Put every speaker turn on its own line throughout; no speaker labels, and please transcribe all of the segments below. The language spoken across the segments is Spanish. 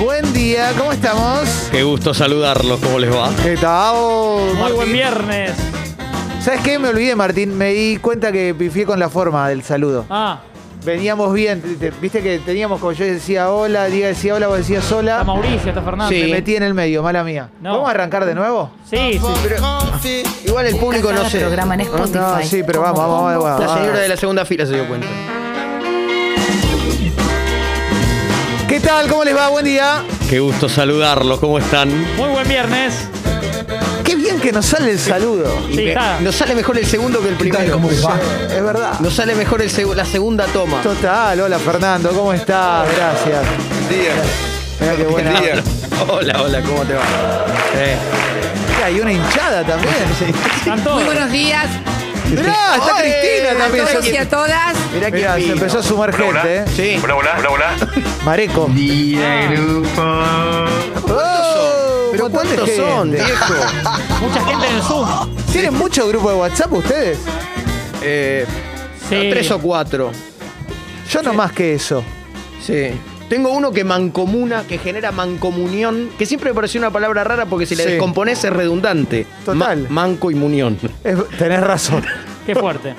Buen día, ¿cómo estamos?
Qué gusto saludarlos, ¿cómo les va?
¿Qué tal?
Muy
Martín?
buen viernes.
¿Sabes qué? Me olvidé, Martín. Me di cuenta que pifié con la forma del saludo.
Ah,
Veníamos bien. te- te- Viste que teníamos, como yo decía hola, Diego decía hola, vos decías
está
hola.
Mauricio, está Fernando.
Me
Sí.
metí en el medio, mala mía.
No.
¿Vamos a arrancar de nuevo?
Sí, sí.
Igual el público no
Cada
sé.
programa en Spotify.
Ah, No, sí, pero vamos, vamos, vamos, vamos.
La señora de la segunda fila se dio cuenta.
¿Qué tal? ¿Cómo les va? Buen día.
Qué gusto saludarlos, ¿cómo están?
Muy buen viernes.
Qué bien que nos sale el saludo.
Sí, está.
Nos Eh, sale mejor el segundo que el primero.
Es verdad.
Nos sale mejor el segu- la segunda toma.
Total, hola Fernando, ¿cómo estás? Gracias.
día.
Mirá Ah, qué buena.
Hola, hola, ¿cómo te va? Eh,
Mirá, Hay una hinchada también.
Están todos. Ah,
Muy buenos días.
Mirá, está
Oye,
Cristina
está
también.
a todos y
Mirá,
a todas.
mirá quién
se
vino.
empezó a sumar gente, ¿eh?
Sí.
Hola, hola, hola, hola.
Mareco.
Día grupo.
Oh,
¿Pero
un montón de
cuántos son,
gente.
viejo?
Mucha gente en el Zoom.
¿Tienen mucho grupo de WhatsApp ustedes?
Eh,
Sí.
Tres o cuatro.
Yo no más que eso.
Sí. Tengo uno que mancomuna, que genera mancomunión, que siempre me pareció una palabra rara porque si la
Sí.
descompones es redundante.
Total.
manco y munión.
Es- tenés razón.
Qué fuerte.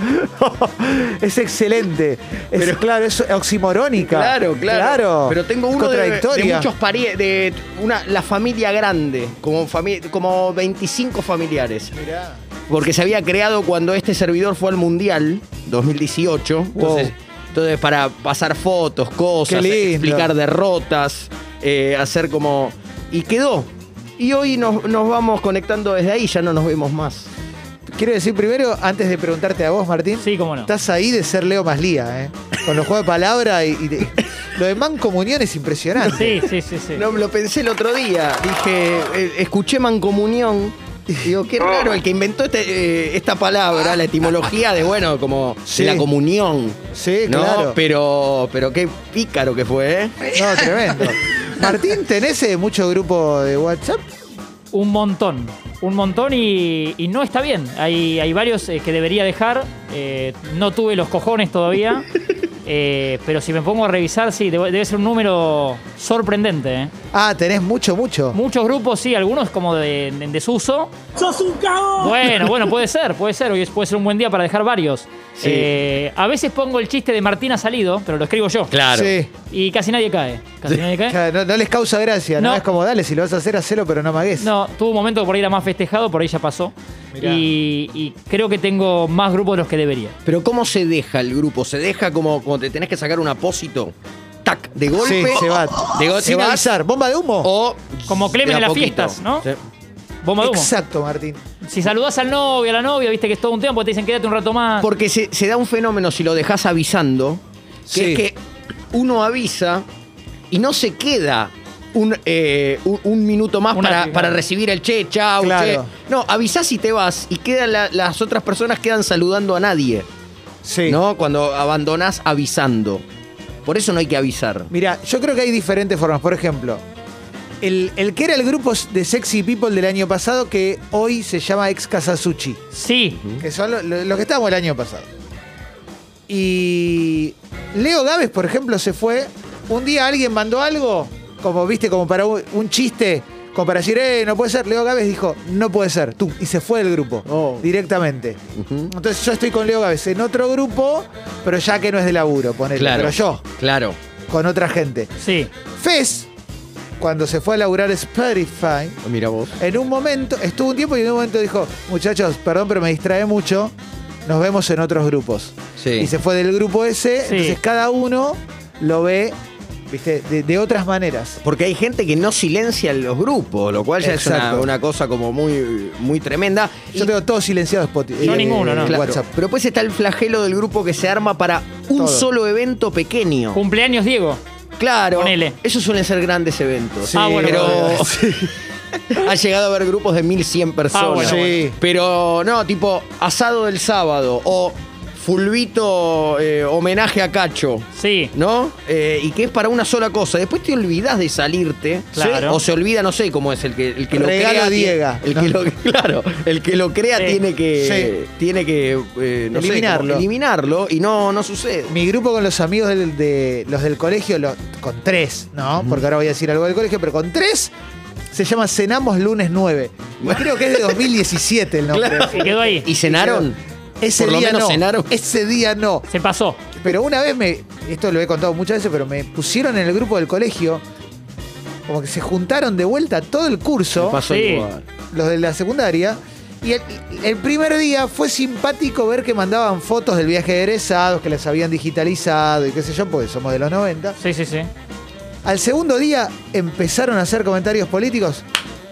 es excelente. Es,
Pero-
claro, es oximorónica.
Claro, claro.
Claro.
Pero tengo uno de, de
Contradictoria.
muchos parientes, de una, la familia grande, como, fami- como 25 familiares.
Mirá.
Porque se había creado cuando este servidor fue al Mundial 2018. Entonces, entonces para pasar fotos,
Qué
cosas,
lindo.
explicar derrotas, eh, hacer como... Y quedó. Y hoy nos, nos vamos conectando desde ahí, ya no nos vemos más.
Quiero decir primero, antes de preguntarte a vos, Martín.
Sí, cómo no.
Estás ahí de ser Leo Maslía, ¿eh? Con los juegos de palabra y, y de- lo de mancomunión es impresionante.
Sí, sí, sí, sí.
No, lo pensé el otro día. Dije, eh, escuché mancomunión. y Digo, qué raro, el que inventó este, eh, esta palabra, la etimología de, bueno, como
Sí.
de la comunión.
Sí,
¿no?
claro.
Pero, pero qué pícaro que fue, ¿eh?
No, tremendo. Martín, ¿tenés eh, mucho grupo de WhatsApp?
Un montón. Un montón y, y no está bien. Hay, hay varios eh, que debería dejar. Eh, no tuve los cojones todavía. Eh, pero si me pongo a revisar, sí, debe, debe ser un número sorprendente. ¿eh?
Ah, tenés mucho, mucho.
Muchos grupos, sí, algunos como de, en desuso.
¡Sos un caos!
Bueno, bueno, puede ser, puede ser. Hoy es- puede ser un buen día para dejar varios.
Sí.
Eh, a veces pongo el chiste de Martín ha salido, pero lo escribo yo.
Claro.
Sí.
Y casi nadie cae. Casi nadie cae.
Claro, no, no les causa gracia, ¿no?
No.
Es como, dale, si lo vas a hacer, hacelo, pero no magues.
No, tuvo un momento que por ahí era más festejado, por ahí ya pasó.
Mirá.
Y, y creo que tengo más grupos de los que debería.
Pero ¿cómo se deja el grupo? ¿Se deja como, como te tenés que sacar un apósito? ¡Tac! De
Sí,
golpe.
se va.
De golpe.
Sin avisar. ¿Bomba de humo?
O.
Como Clemen
de a
en las
poquito.
fiestas, ¿no?
Sí.
Bomba de humo.
Exacto, Martín.
Si saludás al novio, a la novia, viste que es todo un tiempo, te dicen quédate un rato
Ah.
más.
Porque se, se da un fenómeno si lo dejas avisando, que
Sí.
es que uno avisa y no se queda un, eh, un- un minuto más
Una-
para, para recibir el che, chau,
Claro.
che. No, avisás y te vas y quedan la- las otras personas quedan saludando a nadie,
Sí.
¿no? Cuando abandonás avisando. Por eso no hay que avisar.
Mira, yo creo que hay diferentes formas. Por ejemplo, el, el que era el grupo de Sexy People del año pasado, que hoy se llama Ex Casasuchi.
Sí,
que son lo- lo- los que estábamos el año pasado. Y Leo Gávez, por ejemplo, se fue. Un día alguien mandó algo, como viste, como para un, un chiste, como para decir, eh, no puede ser. Leo Gávez dijo, no puede ser, tú. Y se fue del grupo,
Oh.
directamente. Entonces yo estoy con Leo Gávez en otro grupo, pero ya que no es de laburo, ponele. Pero yo,
Claro.
con otra gente.
sí.
Fez, cuando se fue a laburar Spotify,
Mira vos.
en un momento, estuvo un tiempo y en un momento dijo, muchachos, perdón, pero me distrae mucho, nos vemos en otros grupos.
Sí.
Y se fue del grupo ese,
Sí.
entonces cada uno lo ve, viste, de, de otras maneras.
Porque hay gente que no silencia en los grupos, lo cual ya es
Exacto.
una, una cosa como muy, muy tremenda.
Yo
Y-
tengo todo silenciado Spotify. eh,
Yo ninguno, no.
Claro.
WhatsApp.
Pero pues está el flagelo del grupo que se arma para un
Todo.
solo evento pequeño.
Cumpleaños Diego.
Claro.
Ponele.
Esos suelen ser grandes eventos.
Sí,
Ah, bueno,
pero ha llegado a haber grupos de 1100 personas.
Ah, bueno,
Sí. bueno.
Pero no, tipo asado del sábado o Fulvito eh, homenaje a Cacho.
Sí.
¿No? Eh, y que es para una sola cosa. Después te olvidas de salirte.
Claro.
O se olvida, no sé cómo es, el que, el que lo
Regalo
crea. tiene-
Diega.
El que lo, claro, el que lo crea
Sí.
tiene que. Tiene que. eh, no sé, como
Eliminarlo.
eliminarlo y no, no sucede.
Mi grupo con los amigos del, de los del colegio, lo- con tres, ¿no? Porque ahora voy a decir algo del colegio, pero con tres se llama Cenamos Lunes 9. Y creo que es de 2017 el nombre.
Se quedó ahí.
¿Y cenaron?
Ese
Por lo
día
menos
no.
cenaron.
Ese día no.
Se pasó.
Pero una vez me, esto lo he contado muchas veces, pero me pusieron en el grupo del colegio, como que se juntaron de vuelta todo el curso,
Pasó
Sí.
igual.
los de la secundaria, y el, el primer día fue simpático ver que mandaban fotos del viaje de egresados, que las habían digitalizado y qué sé yo, porque somos de los 90.
Sí, sí, sí.
Al segundo día empezaron a hacer comentarios políticos.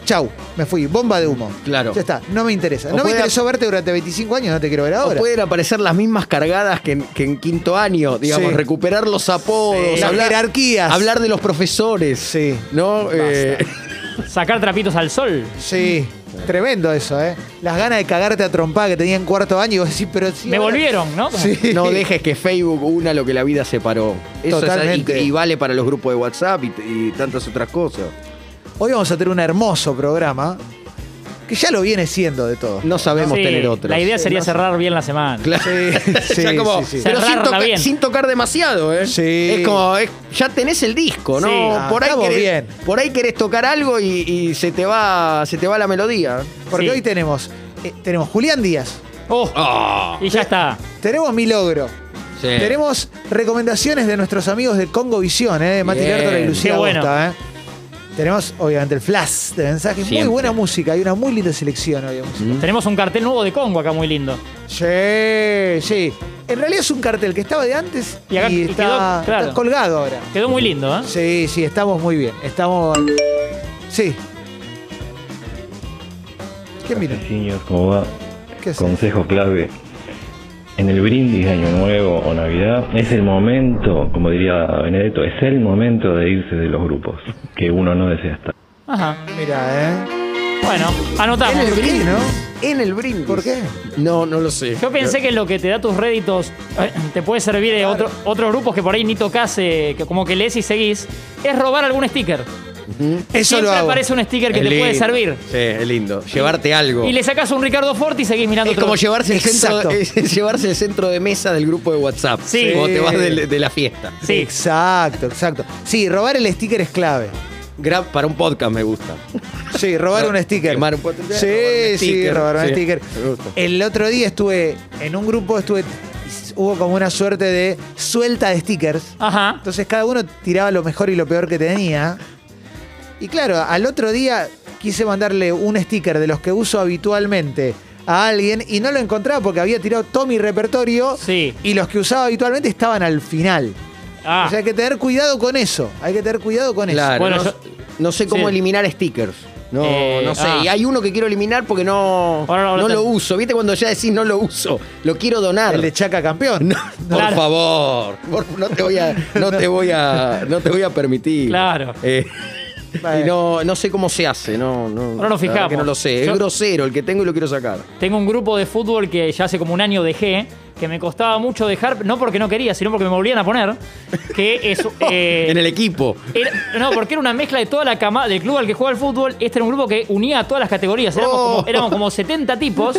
Chau, me fui, bomba de humo.
Claro.
Ya está, no me interesa.
O
no me
puede-
interesó verte durante 25 años, no te quiero ver
O
ahora.
pueden aparecer las mismas cargadas que en, que en quinto año, digamos,
Sí.
recuperar los apodos,
Las
hablar,
jerarquías.
hablar de los profesores.
Sí.
¿No? Eh,
Sacar trapitos al sol.
Sí, tremendo eso, ¿eh? Las ganas de cagarte a trompada que tenía en cuarto año y vos decís, pero sí.
Me
ahora-
volvieron, ¿no?
Sí.
no dejes que Facebook una lo que la vida separó. Eso es-
Totalmente.
y, y vale para los grupos de WhatsApp y, y tantas otras cosas.
Hoy vamos a tener un hermoso programa que ya lo viene siendo de todo.
No sabemos
Sí,
tener otros.
La idea
Sí,
sería
no sé.
cerrar bien la semana.
Claro.
Sí,
Ya
sí,
como-
sí, sí.
Pero sin,
Cerrarla
toca-
bien.
sin tocar demasiado, ¿eh?
Sí.
Es como, es- ya tenés el disco, ¿no?
Sí. Ah,
por, ahí
estamos
querés,
bien.
por ahí querés tocar algo y, y se, te va, se te va la melodía.
Porque
Sí.
hoy tenemos, eh, tenemos Julián Díaz,
Oh,
Ah.
y ya está.
tenemos Mi Logro,
Sí.
tenemos recomendaciones de nuestros amigos de Congo Visión, ¿eh? de Mati
Bien.
Lertora y Lucía
Qué bueno.
Agosta, ¿eh? Tenemos, obviamente, el flash de mensajes. Muy
Siempre.
buena música, hay una muy linda selección hoy. de música.
Mm.
Tenemos un cartel nuevo de Congo acá muy lindo.
Sí, sí. En realidad es un cartel que estaba de antes y,
Y acá- y
está,
quedó, claro.
está colgado ahora.
Quedó muy lindo, ¿eh?
Sí, sí, estamos muy bien. Estamos. Sí. ¿Quién vino?
Señor, ¿cómo va?
¿Qué hace?
Consejo clave. En el brindis de Año Nuevo o Navidad es el momento, como diría Benedetto, es el momento de irse de los grupos que uno no desea estar.
Ajá.
Mira, ¿eh?
Bueno,
En
anotamos.
el
¿Por qué,
brindis,
no?
En el brindis.
¿Por qué?
No, no lo sé.
Yo pensé que lo que te da tus réditos eh, te puede servir de otro- otros grupos que por ahí ni tocas, eh, que como que lees y seguís, es robar algún sticker.
Eso
Siempre
lo hago.
aparece un sticker que
Es
te puede
lindo.
servir.
Sí, es lindo. Llevarte algo.
Y le sacas un Ricardo Forti y seguís mirando
es
otro-
como llevarse el, centro,
Exacto.
es llevarse el centro de mesa del grupo de WhatsApp.
Sí.
Cuando te vas del- de, la fiesta.
Sí.
Exacto, exacto. Sí, robar el sticker es clave.
Gra- para un podcast me gusta.
Sí, robar un sticker.
Quemar un
Sí,
pote- robar un
sí,
sticker.
robar un
Sí,
sticker.
me gusta.
El otro día estuve en un grupo, estuve. Hubo como una suerte de suelta de stickers.
Ajá.
Entonces cada uno tiraba lo mejor y lo peor que tenía. Y claro, al otro día quise mandarle un sticker de los que uso habitualmente a alguien y no lo encontraba porque había tirado todo mi repertorio
Sí.
y los que usaba habitualmente estaban al final.
Ah,
O sea, hay que tener cuidado con eso. Hay que tener cuidado con
Claro.
Bueno,
no,
yo-
no sé cómo
sí.
eliminar stickers. No,
Eh,
no sé.
ah.
Y hay uno que quiero eliminar porque no,
Ahora lo-
no
ahora
lo
te-
uso. ¿Viste cuando ya decís no lo uso? Lo quiero
eso.
donar.
El de Chaca campeón.
Por
Claro.
favor, por- no te voy a, no te voy a, no te voy a permitir.
Claro.
Eh,
Vale.
y no, no sé cómo se hace, no, no.
Ahora nos
la verdad
fijamos.
que no lo sé.
Yo-
Es grosero el que tengo y lo quiero sacar.
tengo un grupo de fútbol que ya hace como un año dejé, que me costaba mucho dejar, no porque no quería, sino porque me volvían a poner, que es... eh,
en el equipo.
Era- no, porque era una mezcla de toda la cama del club al que jugaba el fútbol. Este era un grupo que unía a todas las categorías. Éramos,
Oh.
como, éramos como 70 tipos,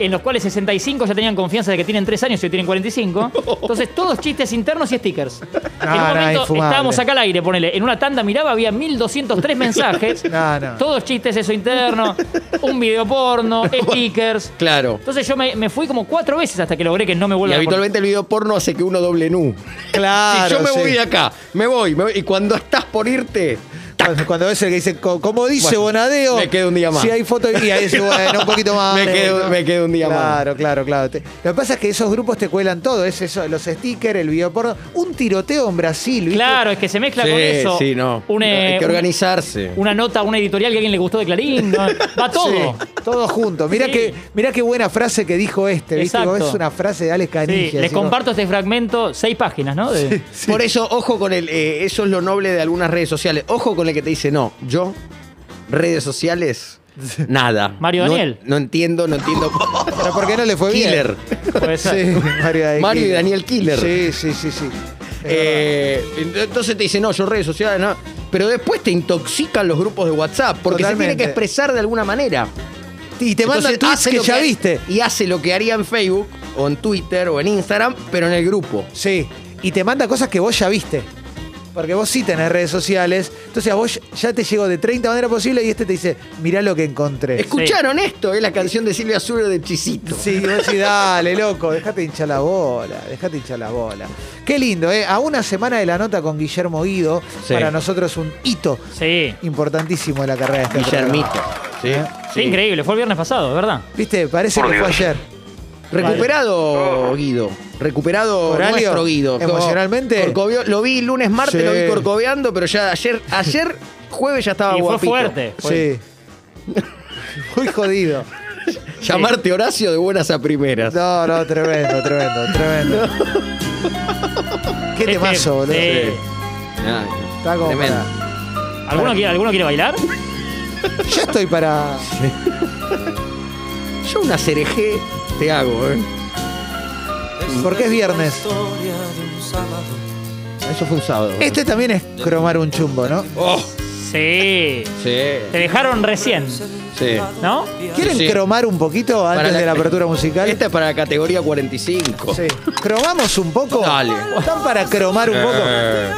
en los cuales 65 ya tenían confianza de que tienen 3 años y hoy tienen 45. Entonces, todos chistes internos y stickers. en un
no,
momento
infumable.
estábamos acá al aire, ponele. En una tanda miraba, había 1203 mensajes.
No, no.
Todos chistes, eso interno. Un video porno, stickers.
Claro.
Entonces, yo me, me fui como cuatro veces hasta que logré que no me
Y
vuelvan a poner.
habitualmente el video porno hace que uno doble nu.
Claro,
Si yo me
sí.
voy de acá, me voy, me voy, y cuando estás por irte,
Cuando, cuando ves el que dice, co- como dice
Bueno,
Bonadeo.
me quedo un día más.
Si hay foto y ahí dice, bueno, un poquito más.
Me quedo- me quedo un día más.
Claro, claro, claro. Te- Lo que pasa es que esos grupos te cuelan todo. Es eso, los stickers, el videoporno. Un tiroteo en Brasil, ¿viste?
Claro, es que se mezcla
Sí,
con eso.
sí, no.
Un, eh,
Hay que
un-
organizarse.
una nota, una editorial que a alguien le gustó de Clarín. ¿no? Va todo.
Sí, todo junto. Mirá,
Sí.
que, mirá qué buena frase que dijo este, ¿viste?
Exacto.
Es una frase de Alex
Sí,
Canigia.
les
así como-
comparto este fragmento, seis páginas, ¿no? De-
Por eso, ojo con el. eh, eso es lo noble de algunas redes sociales. Ojo con el que te dice, no, yo, redes sociales, Nada.
Mario
No-
Daniel.
No, entiendo, no entiendo.
Pero ¿por qué no le fue bien?
Killer.
Puede ser.
Sí, Mario, de
Mario y Daniel Killer.
Sí, sí, sí, sí.
Eh, ent- entonces te dicen, no, yo redes sociales, no. Pero después te intoxican los grupos de WhatsApp porque se tiene
Totalmente.
que expresar de alguna manera.
Y te mandan
Entonces,
tweets
hace
que
lo
ya viste.
Y hace lo que haría en Facebook o en Twitter o en Instagram, pero en el grupo.
Sí. Y te manda cosas que vos ya viste. Porque vos sí tenés redes sociales. Entonces a vos ya te llegó de 30 maneras posibles y este te dice, mirá lo que encontré.
¿Escucharon esto? Es la canción de Silvia Azul de Chisito.
Sí, vos decís, dale, loco, dejate hinchar la bola, dejate hinchar la bola. Qué lindo, ¿eh? A una semana de la nota con Guillermo Guido,
Sí.
para nosotros un hito
Sí.
importantísimo de la carrera de este
Guillermito.
programa.
Sí.
Sí, increíble. Fue el viernes pasado, es verdad.
¿Viste? Parece
Por
que fue
Dios.
ayer.
Recuperado, Guido. Recuperado
¿Horario?
nuestro Guido. Como
¿Emocionalmente?
corcovio- lo vi lunes, martes,
Sí.
lo vi corcoveando, pero ya ayer, ayer jueves ya estaba
Y fue
guapito.
fuerte. Fue-
Sí. Muy jodido.
Llamarte Horacio de buenas a primeras.
No, no, tremendo, tremendo, tremendo. Qué
Este,
temazo, boludo.
eh,
sí.
Ay,
Está como
tremendo.
para-
¿Alguno, quiere, ¿Alguno quiere bailar?
Yo estoy para.
Yo una cereje te hago, ¿eh?
Porque es viernes.
Eso fue un sábado.
Este también es cromar un chumbo, ¿no?
Oh,
Sí.
sí,
Te dejaron recién,
sí.
¿no?
¿Quieren
Sí.
cromar un poquito
Para
antes
la- Este-
de la apertura musical?
Esta es para la categoría 45.
Sí. ¿Cromamos un poco?
Dale.
¿Están para cromar un poco?
Eh.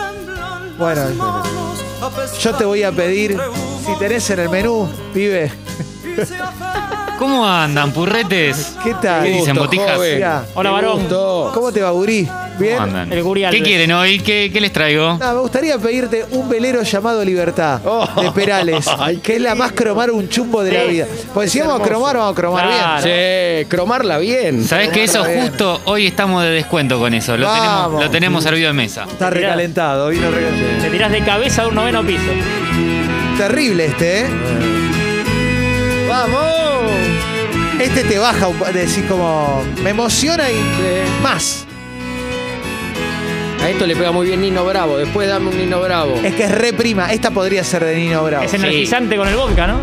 Bueno, yo te voy a pedir, si tenés en el menú, pibe,
¿Cómo andan, purretes?
¿qué tal?
¿Qué dicen, botijas?
joven.
Mirá,
Hola,
Qué
varón.
gusto.
¿Cómo te va, Gurí? ¿Bien?
¿Cómo andan?
El Guri
¿Qué
Alves.
quieren hoy? ¿Qué, qué les traigo?
Nada, me gustaría pedirte un velero llamado Libertad
Oh.
de Perales,
Ay,
que es la más cromar un chumbo de la
Sí.
vida. Porque si vamos a cromar, vamos a cromar
Claro.
bien.
Sí, cromarla bien.
¿Sabés que eso justo hoy estamos de descuento con eso? Lo
Vamos.
tenemos, lo tenemos servido en mesa.
Está recalentado, vino recalentado.
Te tirás de cabeza de un noveno piso.
Terrible este, ¿eh?
¡Vamos!
Este te baja, un pa- decís como, me emociona y eh, más.
A esto le pega muy bien Nino Bravo. Después dame un Nino Bravo.
Es que es re prima, esta podría ser de Nino Bravo.
Es energizante con el vodka, ¿no?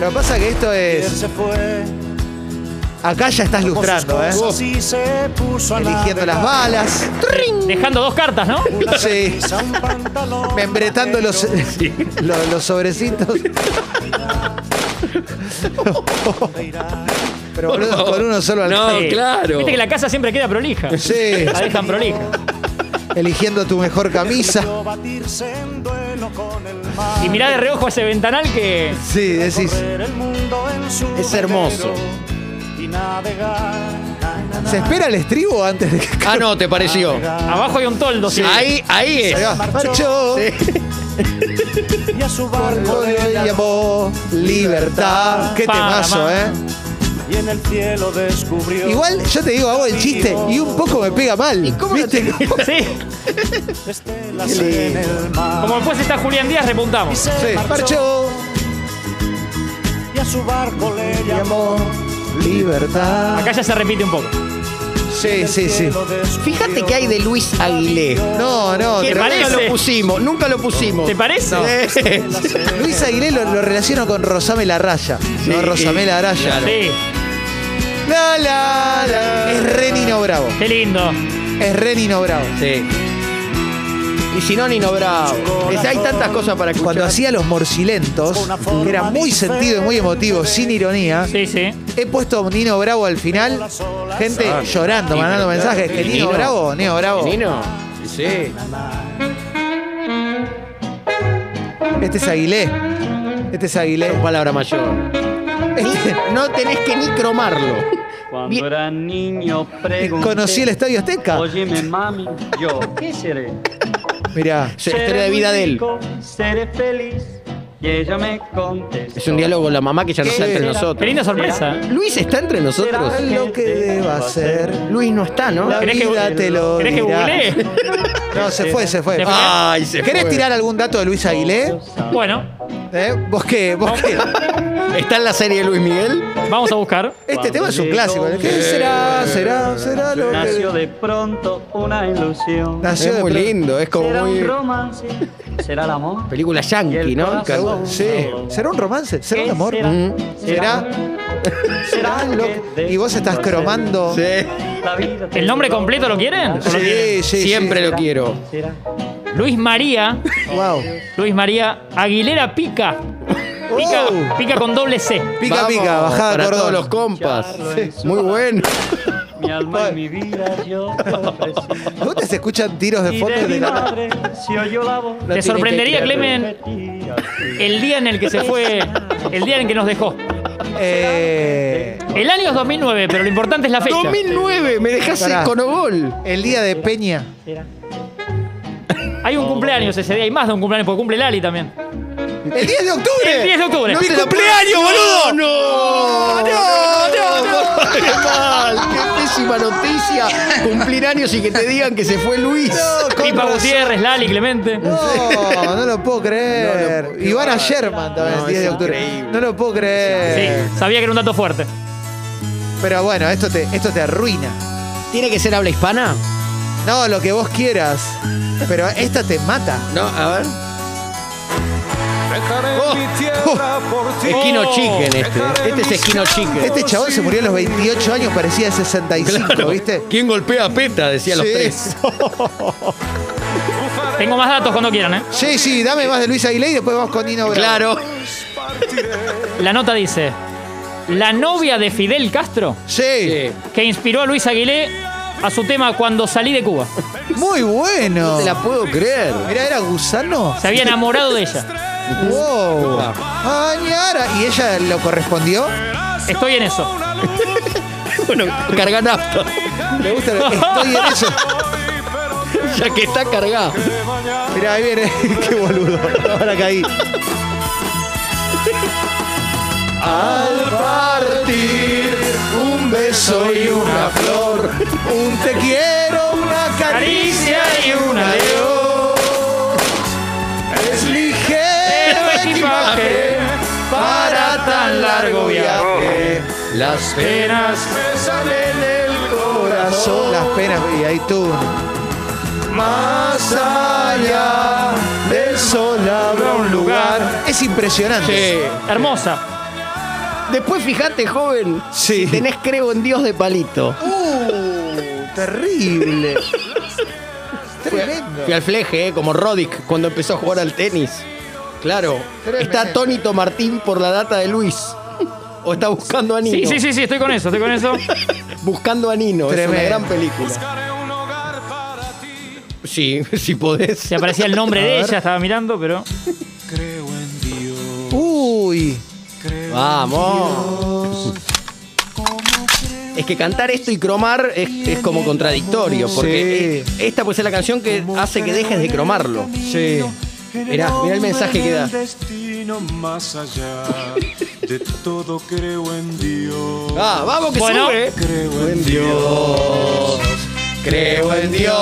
Lo que pasa es que esto es,
se fue,
acá ya estás lustrando, ¿eh?
así se puso a
Eligiendo las balas,
Dejando dos cartas, ¿no?
sí, membretando los, los, los sobrecitos. Pero boludo, con uno solo al
No, claro.
Viste que la casa siempre queda prolija.
Ah, Sí,
La dejan prolija.
eligiendo tu mejor camisa.
batirse en duelo con el
Y mirá de reojo a ese ventanal que.
Sí, decís,
el mundo en su
Es hermoso.
y navegar.
¿se espera el estribo antes de que
Ah, no, te pareció.
Ah,
Abajo hay un toldo, sí.
Ahí, ahí
Ahí
es.
va. Marchó
Y a su barco
y
de
llamó libertad. Qué
Para,
temazo,
ma.
¿eh?
y en el cielo descubrió.
Igual yo te digo, hago el chiste y un poco me pega mal. ¿Viste?
Sí.
estelas en el mar.
Como después está Julián Díaz,
Y
repuntamos.
se
Sí,
marchó
marchó
y a su barco le
y
llamó.
llamó libertad.
Acá ya se repite un poco.
Sí, sí, sí.
Fíjate que hay de Luis Aguilé.
No, no,
¿Qué
tremendo.
Nunca
parece?
lo pusimos, nunca lo pusimos.
¿Te parece?
Eh,
Luis Aguilé lo, lo relaciono con Rosame la Raya. no,
Sí,
Rosame la Raya.
Sí,
La, la, la. Es re Nino Bravo.
qué lindo.
Es re Nino Bravo.
Sí. Y si no, Nino Bravo. Es- hay tantas cosas para escuchar.
Cuando hacía los morcilentos, que era muy sentido y muy emotivo, sin ironía,
Sí, sí.
he puesto Nino Bravo al final. Gente llorando, mandando mensajes. Que Nino
Nino.
Bravo, Nino Bravo.
Nino. Sí.
Este es Aguilé. Este es Aguilé.
Son palabra mayor.
Este-
No tenés que ni cromarlo.
Cuando
Bien.
era niño pregunté.
Conocí el Estadio Azteca.
Óyeme, mami, yo, ¿qué seré?
Mirá.
Es la historia de vida de él.
rico, Seré feliz. Y ella me contestó.
Es un diálogo con la mamá que ya no está entre
Qué
nosotros.
linda sorpresa.
Luis está entre nosotros.
Lo que debo hacer.
Luis no está, ¿no?
La
¿Querés que-
vida te lo
¿Querés que
dirá.
googlee?
No, se fue, se fue. Ah,
Se fue.
Ay, se
¿Querés
fue.
¿eh? tirar algún dato de Luis Aguilé?
Bueno,
¿Eh? ¿Vos qué? ¿Vos qué?
¿Está en la serie Luis Miguel?
Vamos a buscar.
Este tema es un clásico. ¿Qué será? ¿Será? ¿Será lo
Nació
que.?
de pronto una ilusión.
Nació
es
de
muy
pronto.
lindo, es como
Será
muy.
un romance. Será el amor.
Película yankee, ¿no?
corazón.
Sí. ¿Será un romance? ¿Será un
¿Qué
amor?
será?
Mm.
¿Será?
¿Será
Lo-
que
Y vos estás
desconocer
cromando.
Sí.
la vida te
¿El nombre
llevó?
completo lo quieren?
Sí, sí, sí.
Siempre lo quiero.
¿Será?
Luis María.
Wow.
Luis María Aguilera Pica. Pica,
Oh.
pica con doble C.
Pica,
Vamos,
pica, bajada
para
cordón.
todos los compas.
Charlo
Sí.
en su
Muy
mano.
bueno.
Mi alma y mi vida yo te ofrecí.
¿Dónde se escuchan tiros de
Y
fondo?
de
de
mi
la-
madre se oyó la voz.
No
Te
tiene
sorprendería,
que creerlo.
Clemen, el día en el que se fue, el día en que nos dejó.
Eh,
El año es 2009, pero lo importante es la fecha.
2009, me dejaste
Pará.
con Ogol.
el día de Peña.
Hay un cumpleaños ese día, hay más de un cumpleaños, porque cumple Lali también.
¡El 10 de octubre!
El 10 de octubre.
¡Mi
te la
cumpleaños, boludo!
¡No!
¡No, no, no!
¡Qué mal! ¡Qué pésima noticia! Cumplir años y que te digan que se fue Luis.
Pipa Gutiérrez, Lali, Clemente.
No, no lo puedo creer.
No lo puedo-
Ivana
qué
Sherman también,
No,
el 10 de
es
octubre.
increíble.
No lo puedo
Sí,
creer.
sabía que era un dato fuerte.
Pero bueno, esto te, esto te arruina.
¿Tiene que ser habla hispana?
No, lo que vos quieras. Pero esta te mata.
No, a ver.
Oh,
Esquino Chicken este. Este es Esquino Chicken.
este chabón se murió a los 28 años, parecía de 65, ¿viste?
¿Quién golpea a Peta? Decía los
Sí.
tres.
Tengo más datos cuando quieran, ¿eh?
Sí, sí, dame más de Luis Aguilera y después vamos con Nino Bravo.
Claro.
La nota dice: La novia de Fidel Castro,
Sí.
Sí.
que inspiró a Luis Aguilé a su tema Cuando salí de Cuba.
Muy bueno.
Te la puedo creer.
Mirá, era gusano.
Se había enamorado de ella.
Wow. Añara. ¿Y ella lo correspondió?
Estoy en eso.
Bueno, carga nafta.
Me gusta. lo- Estoy en eso.
Ya que está cargada.
Mirá, ahí viene. Qué boludo. Ahora caí. Al partir un beso y una flor, un te quiero, una
caricia y un
adiós. Es ligero
equipaje
para tan largo viaje. Las
penas
me salen el corazón. Las penas, y ahí tú. Más allá del sol habrá un lugar. Es impresionante.
Hermosa.
Después fíjate, joven.
Sí.
si Tenés creo en Dios de palito.
Uh, terrible. Tremendo.
Fui al fleje, eh, como Roddick cuando empezó a jugar al tenis. Claro.
Tremendo.
Está atónito Martín por la data de Luis. O está buscando a Nino.
Sí, sí, sí, sí, estoy con eso, estoy con eso.
Buscando a Nino.
Tremendo.
Es una gran película. Sí, si podés.
Se aparecía el nombre
A
de
ver.
ella, estaba mirando, pero.
Uy.
Vamos. Es que cantar esto y cromar es, es como contradictorio, porque
Sí.
e- esta puede ser la canción que hace que dejes de cromarlo.
Sí.
Mirá, mirá el mensaje que da.
Destino más allá de todo creo en Dios.
Ah, vamos que
Bueno.
sube.
Creo en
Dios, creo en Dios.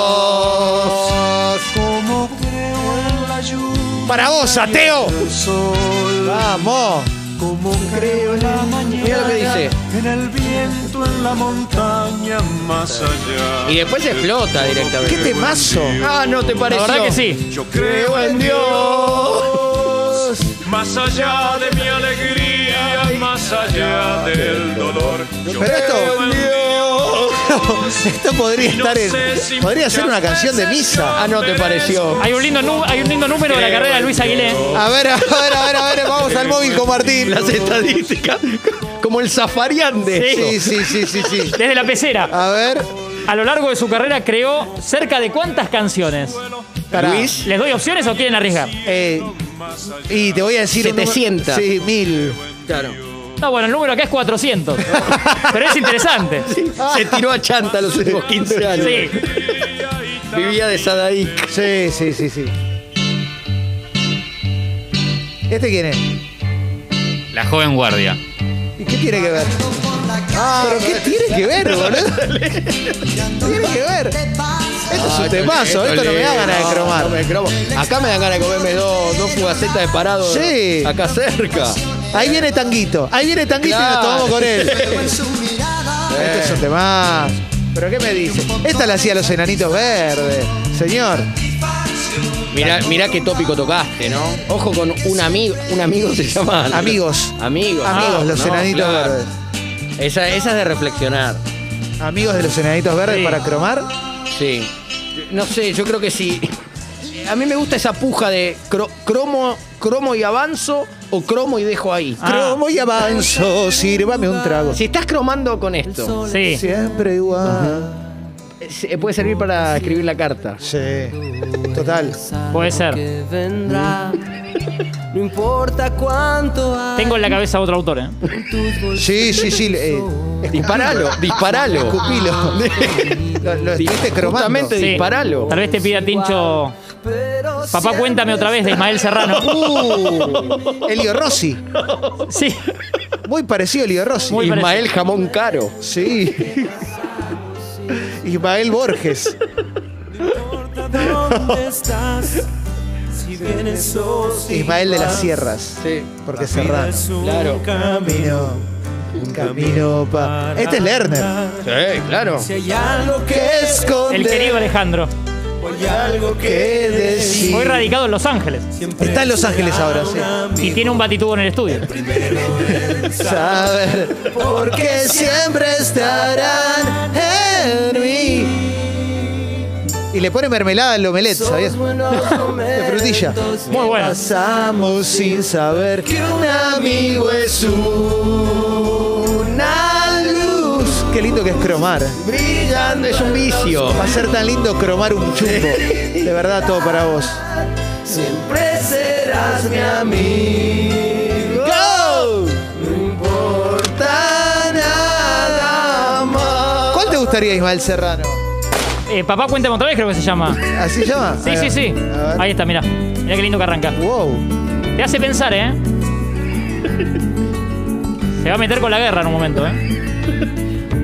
como creo en la lluvia
Para vos, ateo.
del sol.
Ah,
Vamos.
Como creo en la mañana.
Mira lo que dice.
En el viento, en la montaña, más allá.
Y después explota directamente.
Qué temazo.
Ah, no te
La
pareció.
verdad que sí.
Yo creo en Dios, más allá de mi alegría, más allá del dolor. Yo
Pero esto-
creo en Dios.
Esto podría estar en. Podría ser una canción de misa.
Ah, no te pareció.
Hay un lindo, nu- hay un lindo número de la carrera de Luis Aguilé.
A ver, a ver, a ver, a ver. Vamos al móvil con Martín.
Las estadísticas. Como el zafarián de eso.
Sí, sí, sí, sí, sí.
Desde la
Ah.
pecera.
A ver.
A lo largo de su carrera creó cerca de cuántas canciones.
Pará.
Luis.
¿Les doy opciones o quieren arriesgar?
Eh, y te voy a decir. un número-
700.
Sí, mil.
Claro.
No, bueno, el número acá es 400. Pero es interesante.
Se tiró a chanta a los últimos 15 años.
Sí.
Vivía de Sadaic.
Sí, sí, sí, sí. ¿Este quién es?
La joven guardia.
¿Y qué tiene que ver? Ah, ¿Pero qué tiene que ver, boludo? tiene que ver? Esto
Ah,
es un temazo, esto no me da ganas de cromar.
Acá me dan ganas de comerme dos, dos fugacetas de parado
Sí.
acá cerca.
Ahí viene Tanguito. Ahí viene Tanguito y nos
Claro.
tomamos con él. Este es un tema. ¿Pero qué me dice? Esta la hacía los enanitos verdes. Señor.
Mirá, mirá qué tópico tocaste, ¿no? Ojo con un amigo. Un amigo se llama.
Amigos.
Amigos.
Amigos,
ah,
los
no,
enanitos
claro.
verdes.
Esa, esa es de reflexionar.
Amigos de los enanitos verdes
Sí. Ah.
para cromar.
Sí. No sé, yo creo que sí. A mí me gusta esa puja de cro- cromo, cromo y avanzo o cromo y dejo ahí.
Ah.
Cromo y avanzo, sírvame un trago.
Si estás cromando con esto,
Sí.
Siempre igual.
se- puede servir para escribir la carta.
Sí. Total.
Puede ser.
vendrá. No importa cuánto hay
Tengo en la cabeza otro autor, ¿eh?
Sí, sí, sí. eh,
Disparalo, disparalo.
escupilo. lo, lo estuviste cromando.
Justamente
Sí.
disparalo.
Tal vez te pida Tincho. Papá, cuéntame otra vez de Ismael Serrano.
Uh, Elio Rossi.
Sí.
Muy parecido a Elio Rossi.
Muy
Ismael Jamón Caro.
Sí. Ismael Borges.
dónde estás. Si vienes o si
Ismael de las Sierras.
Sí.
Porque Serrano.
es un
Claro.
Camino. Un camino pa. Este es Lerner.
Sí, claro.
Si hay algo que
¿Qué esconde?
El querido Alejandro.
hay algo que
¿Qué decir?
Hoy radicado en Los Ángeles.
Está en Los Ángeles ahora, sí.
Y tiene un batitudo en el estudio.
Saber. Porque siempre estarán en mí. Y le pone mermelada al omelette, ¿sabías? De frutilla.
Muy bueno.
Pasamos sin saber que un amigo es una luz. Qué lindo que es cromar.
Brillando es un vicio.
Va a ser tan lindo cromar un chumbo. De verdad, todo para vos.
siempre serás mi amigo.
¿Cuál te gustaría, Ismael Serrano?
Eh, papá, cuéntame otra vez, creo que se llama.
¿Así llama?
Sí, sí, sí.
A ver.
Ahí está, mirá. Mirá qué lindo que arranca.
Wow.
Te hace pensar, ¿eh? Se va a meter con la guerra en un momento, ¿eh?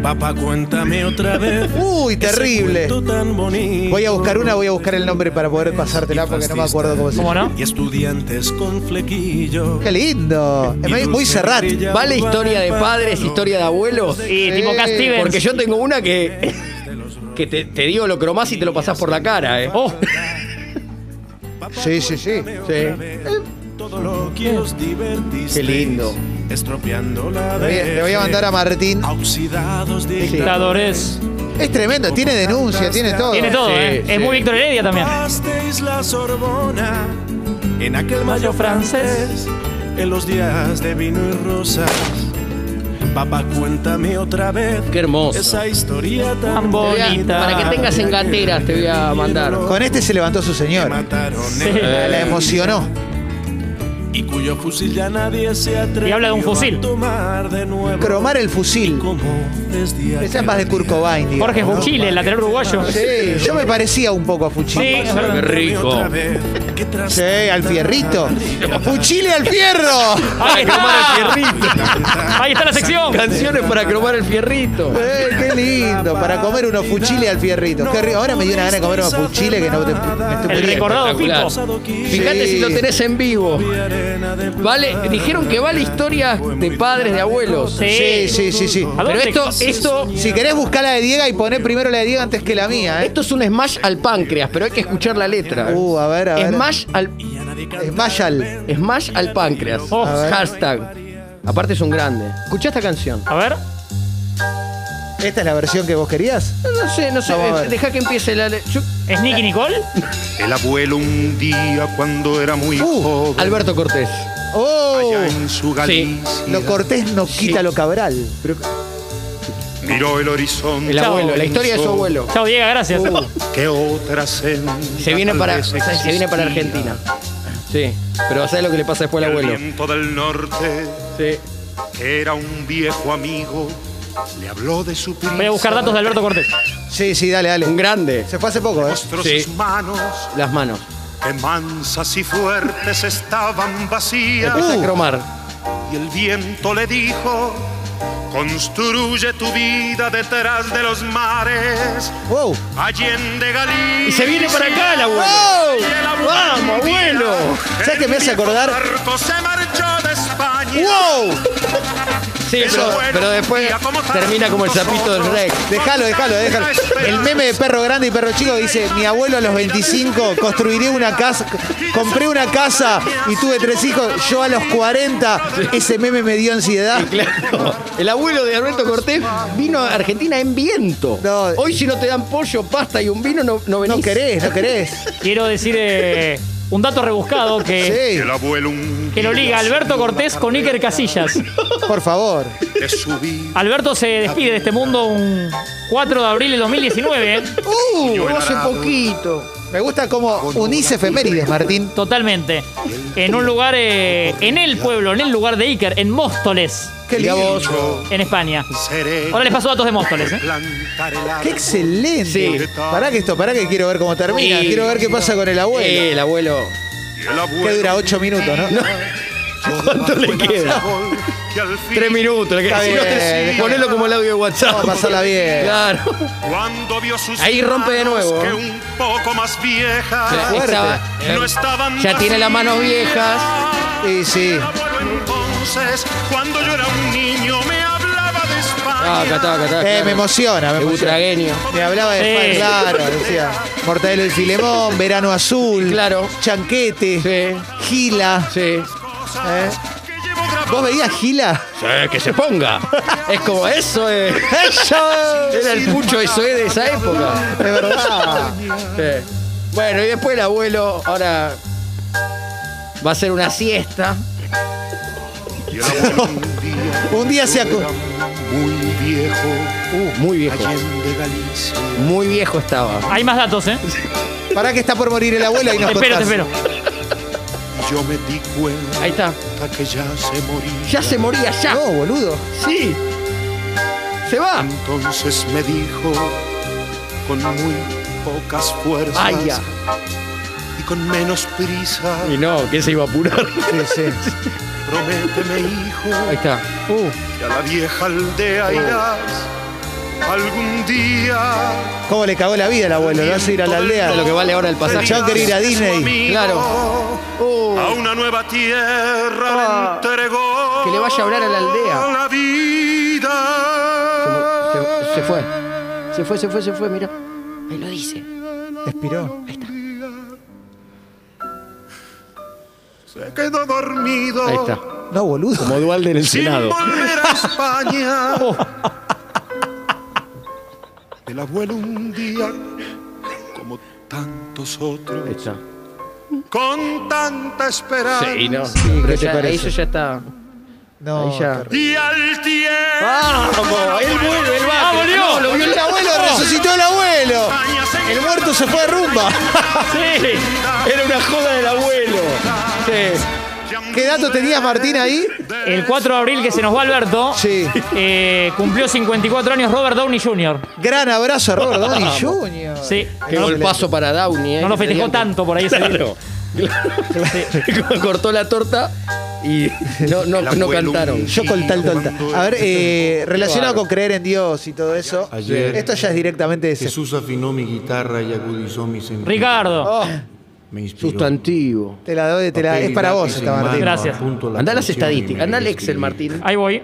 Papá, cuéntame otra vez.
Uy, terrible.
Cuento tan bonito.
Voy a buscar una, voy a buscar el nombre para poder pasártela porque no me acuerdo cómo se
¿Cómo
llama.
no?
Y estudiantes con flequillo.
Qué lindo. Es muy- muy Serrat.
¿Vale historia de padres, historia de abuelos?
Y tipo
Sí,
Cat Stevens.
Porque yo tengo una que. que te, te digo lo cromás y te lo pasás por la cara, ¿eh?
Oh,
Sí, sí, sí. Eh.
Sí.
Todo lo que os divertisteis.
Qué lindo.
Estropeando la
Le voy a- le voy a mandar a Martín.
a oxidados de
dictadores.
Es tremendo, tiene denuncia, tiene todo.
Tiene todo,
Sí,
¿eh? Es
sí.
muy Víctor Heredia también.
Pasteis la Sorbona en
Mayo
aquel mayo francés,
francés.
en los días de vino y rosas. Papá, cuéntame otra vez
Qué hermoso.
esa historia
Tan
tan
bonita.
bonita.
Para que tengas en gateras te voy a mandar.
Con este se levantó su señor.
Mataron
Eh.
La emocionó.
y cuyo fusil ya nadie se atreve.
Y habla de un fusil.
A tomar de nuevo.
Cromar el fusil.
Como desde
Esa es
aquel
más de Kurt Cobain, digamos,
Jorge
¿no?
Fuchile, el lateral uruguayo. Sí,
Sí, yo me parecía un poco a Fuchile.
es verdad.
rico.
Sí, al fierrito. ¡Fuchile al fierro!
Ahí está.
fierrito.
Ahí está la sección.
Canciones para cromar el fierrito.
Eh, ¡Qué lindo! Para comer unos fuchiles al fierrito. Qué rico. Ahora me dio una gana de comer unos fuchiles que no te, me
El
estupiría.
recordado
Espectacular.
Pico.
Fíjate si lo tenés en vivo. Vale, dijeron que vale historias de padres, de abuelos.
Sí, sí, sí, sí.
¿A
Pero
dónde
esto,
te-
esto,
Si querés buscar la de Diego y poner primero la de Diego antes que la mía, ¿eh?
esto es un smash al páncreas, pero hay que escuchar la letra.
Uh, a ver, a ver.
Smash al,
Esmayal.
smash al páncreas.
Oh. A
ver.
Hashtag. Aparte es un grande. Escuchá esta canción.
A ver.
¿Esta es la versión que vos querías?
No sé, no sé.
Vamos a ver.
Deja que empiece la letra.
¿Es Nicky Nicole?
El abuelo un día cuando era muy
Uh,
joven,
Alberto Cortés.
¡Oh!
allá en su Galicia,
Lo cortés no quita lo cabral.
miró el horizonte.
El
Chao.
abuelo, la historia de su abuelo.
Chao, Diego, gracias.
Uh,
Que otra senda
Se viene
tal
para,
vez
se se viene para Argentina. Sí, pero ¿sabes lo que le pasa después
existía.
al
El
abuelo?
viento del norte,
Sí.
que era un viejo amigo, le habló de su prisa.
Voy a buscar datos de Alberto Cortés.
Sí, sí, dale, dale.
Un grande.
Se fue hace poco, ¿eh?
Mostró
Sí.
sus manos,
Las manos.
que mansas y fuertes estaban vacías.
Empieza a
Uh.
cromar.
Y el viento le dijo, construye tu vida detrás de los mares,
¡Wow!
allende Galicia.
Y se viene para acá el abuelo.
¡Wow!
Y el abuelo
¡Vamos, abuelo!
¿Sabes qué me hace acordar?
Barco se marchó acompaña.
¡Wow!
Sí, pero, pero después termina como el sapito del Rex.
Déjalo, déjalo, déjalo. El meme de perro grande y perro chico dice, mi abuelo a los 25 construiré una casa, compré una casa y tuve tres hijos, yo a los 40, ese meme me dio ansiedad.
Claro. El abuelo de Alberto Cortés vino a Argentina en viento.
No.
Hoy si no te dan pollo, pasta y un vino, no, no venís.
No querés, no querés.
Quiero decir eh, un dato rebuscado que,
Sí,
El abuelo un
que lo liga Alberto Cortés con Iker Casillas.
por favor.
de subir.
Alberto se despide de este mundo un 4 de abril de 2019. ¿eh?
Uh,
Hace poquito.
me gusta como unís efemérides, Martín.
Totalmente. En un lugar, eh, en el pueblo, en el lugar de Iker, en Móstoles,
Qué lindo.
Yo
en España.
seré
Ahora les paso datos de Móstoles. ¿eh?
plantar el
Qué
árbol.
excelente.
Sí.
Pará que esto, pará que quiero ver cómo termina.
Sí.
Quiero ver qué pasa con el
Eh,
abuelo.
el abuelo.
Y el abuelo
Que dura 8 minutos, ¿no?
¿Cuánto le queda?
que al fin,
Tres minutos. Le
Está
queda. Si no te-
bien.
ponelo como el audio de WhatsApp.
Vamos a pasarla bien.
Claro.
Cuando vio sus
Ahí rompe de
manos
nuevo.
Que un poco más viejas
Estaba-
no estaban
ya tiene las manos
vacías.
viejas.
Sí, sí.
El abuelo entonces, cuando yo era un niño, me hablaba de España.
Ah, acá está, acá está.
Eh, me emociona, me
De
emociona.
Butragueño.
Me hablaba de
Sí.
España, claro, decía. Mortadelo y Filemón, Verano Azul,
Claro.
Chanquete,
Sí,
Gila.
sí.
¿eh? ¿Vos veías Gila?
Eh, que se ponga. es como eso, eh.
¡Eso!
Era el pucho eso eh, de esa época.
De verdad.
Sí. Bueno, y después el abuelo ahora va a hacer una siesta.
Y el abuelo un día
Un día se acu-
muy viejo,
muy Uh, viejo.
de Galicia.
Muy viejo estaba.
Hay más datos, ¿eh?
Pará que está por morir el abuelo y
Te
nos
espero, te
contás.
espero.
Y yo me di cuenta
Ahí está.
que ya se moría.
Ya se moría, ya.
No, boludo.
Sí. Se va.
Entonces me dijo, con muy pocas fuerzas
Ay, ya.
y con menos prisa,
Y no, que se iba a apurar.
Sí, sí.
prométeme, hijo,
Ahí está. Uh,
que a la vieja
Oh.
aldea irás algún día.
¿Cómo le cagó la vida al abuelo? Lo hace ir a la aldea.
mira lo que vale ahora el pasaje.
Yo quería ir a Disney.
Claro.
Claro.
Uh,
A una nueva tierra
Ah.
le entregó.
Que le vaya a hablar a la aldea.
La vida.
se, se fue. Se fue, se fue, se fue, mira. Ahí lo dice.
Expiró.
Se quedó dormido.
Ahí está.
No, boludo.
Como Dualde en el
Sin
Senado. Oh.
volver a España. El abuelo un día, como tantos otros,
Ahí está.
con tanta esperanza.
Sí, no.
¿qué te
ya,
parece?
ahí eso ya está.
No,
Ahí ya.
Y al tiempo.
¡Vamos! Él vuelve, él va.
¡Ah, volvió!
No, lo vio el abuelo.
¡Resucitó el abuelo!
España se
El muerto se fue de rumba.
Sí.
Era una joda del abuelo. Sí.
¿Qué dato tenías, Martín, ahí?
El 4 de abril que se nos va Alberto,
Sí.
eh, cumplió 54 años Robert Downey Jr.
Gran abrazo a Robert Downey Jr.
Sí.
Qué
No,
golpazo para Downey, ¿eh?
No lo festejó tanto por ahí ese día.
Claro. claro. Cortó la torta y no, no, no cantaron.
Yo con tal tolta. A ver,
Este
eh, relacionado con creer en Dios y todo eso,
Ayer-
esto ya es directamente ese.
Jesús afinó mi guitarra y agudizó mis sentidos.
Ricardo,
Oh,
Me inspiró.
Sustantivo.
te la doy, te la,
Papel
es
y
para vos
lápiz
esta,
en mano,
Martín.
Gracias.
apunto
Anda a las
canción y me
estadísticas, anda al Excel,
escribí.
Martín.
ahí voy.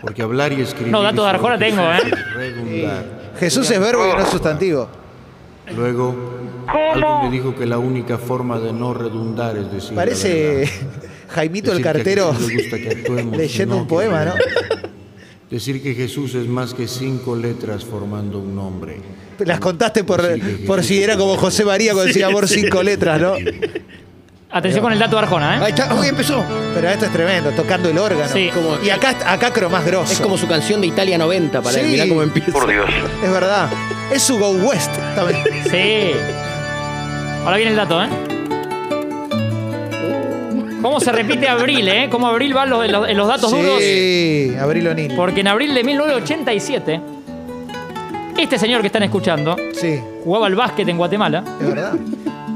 Porque hablar y escribir.
No, datos de
es
Arjona
lo que
tengo,
suele
¿eh?
redundar.
Jesús es verbo y no es sustantivo.
Luego, alguien me dijo que la única forma de no redundar es decir. la
Parece
verdad.
Jaimito el
Decir que
cartero
a Jesús le gusta que actuemos,
leyendo
no
un
que
poema, ¿no?
hablemos. Decir que Jesús es más que cinco letras formando un nombre.
Las contaste por,
Decir que Jesús
por si
es
era como
más
José
que
María con decía por cinco letras, ¿no?
Atención con el dato de Arjona,
Ahí
¿eh?
está. Uy, empezó.
Pero esto es tremendo, tocando el órgano.
Sí.
Y acá, acá creo más grosso.
Es como su canción de Italia 90 para él.
Sí.
Mirá cómo empieza.
Es verdad. Es su Go West también.
Sí. Ahora viene el dato, ¿eh? ¿Cómo se repite abril, eh? ¿Cómo abril van los, en los- en los datos duros?
Sí, Abril O'Neill.
Porque en abril de 1987, este señor que están escuchando
Sí,
jugaba al básquet en Guatemala,
es verdad.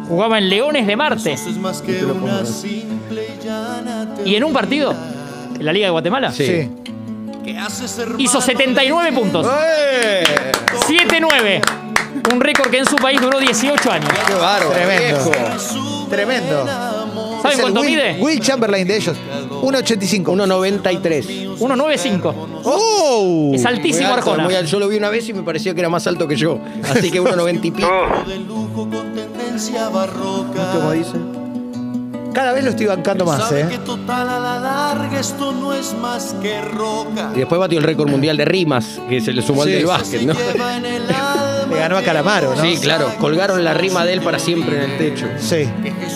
jugaba en Leones de Marte. Y en un partido, en la Liga de Guatemala,
Sí.
hizo 79 puntos.
¡Eh!
7-9. Un récord que en su país duró 18 años.
¡Qué bárbaro!
Tremendo.
viejo.
Tremendo.
¿Saben
Es el
cuánto
Will,
mide?
Will Chamberlain de ellos. 1,85.
1,93.
1,95.
¡Oh!
Es altísimo
Muy alto,
Arjona.
muy alto. Yo lo vi una vez y me pareció que era más alto que yo. Así que 1,90 y pico.
Como dice. Cada vez lo estoy bancando más,
Sabe que
¿eh?
total a la larga esto no es más que roca.
Y después batió el récord mundial de rimas, que se le sumó al
Sí.
del básquet, ¿no?
Lleva en el alma
Le ganó a Calamaro, ¿no?
Sí, claro. Colgaron la rima de él para siempre en el techo.
Sí.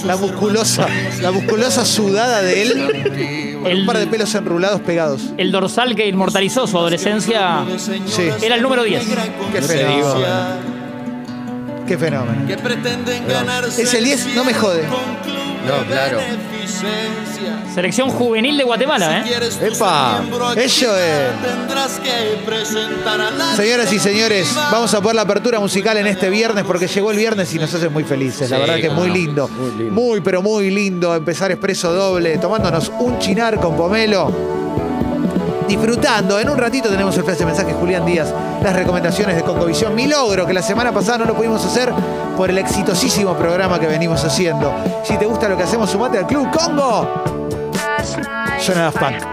La musculosa, la musculosa sudada de él. con
El-
un par de pelos enrulados pegados.
El dorsal que inmortalizó su adolescencia
Sí.
era el número 10.
Qué fenómeno. Qué fenómeno.
que pretenden ganarse.
Es el 10, no me jode.
No, claro.
beneficencia.
Selección juvenil de Guatemala, ¿eh?
Quieres
¡Epa! Eso es.
tendrás que presentar a la
Señoras y señores, vamos a poner la apertura musical en este viernes porque llegó el viernes y nos hace muy felices. La
Sí,
verdad que es
cómo
muy
no.
lindo.
Muy lindo.
Muy, pero muy lindo empezar expreso doble, tomándonos un chinar con pomelo. Disfrutando, en un ratito tenemos el flash de mensajes Julián Díaz, las recomendaciones de Concovisión, mi logro que la semana pasada no lo pudimos hacer por el exitosísimo programa que venimos haciendo. Si te gusta lo que hacemos, sumate al Club Congo. Suena Daft Punk.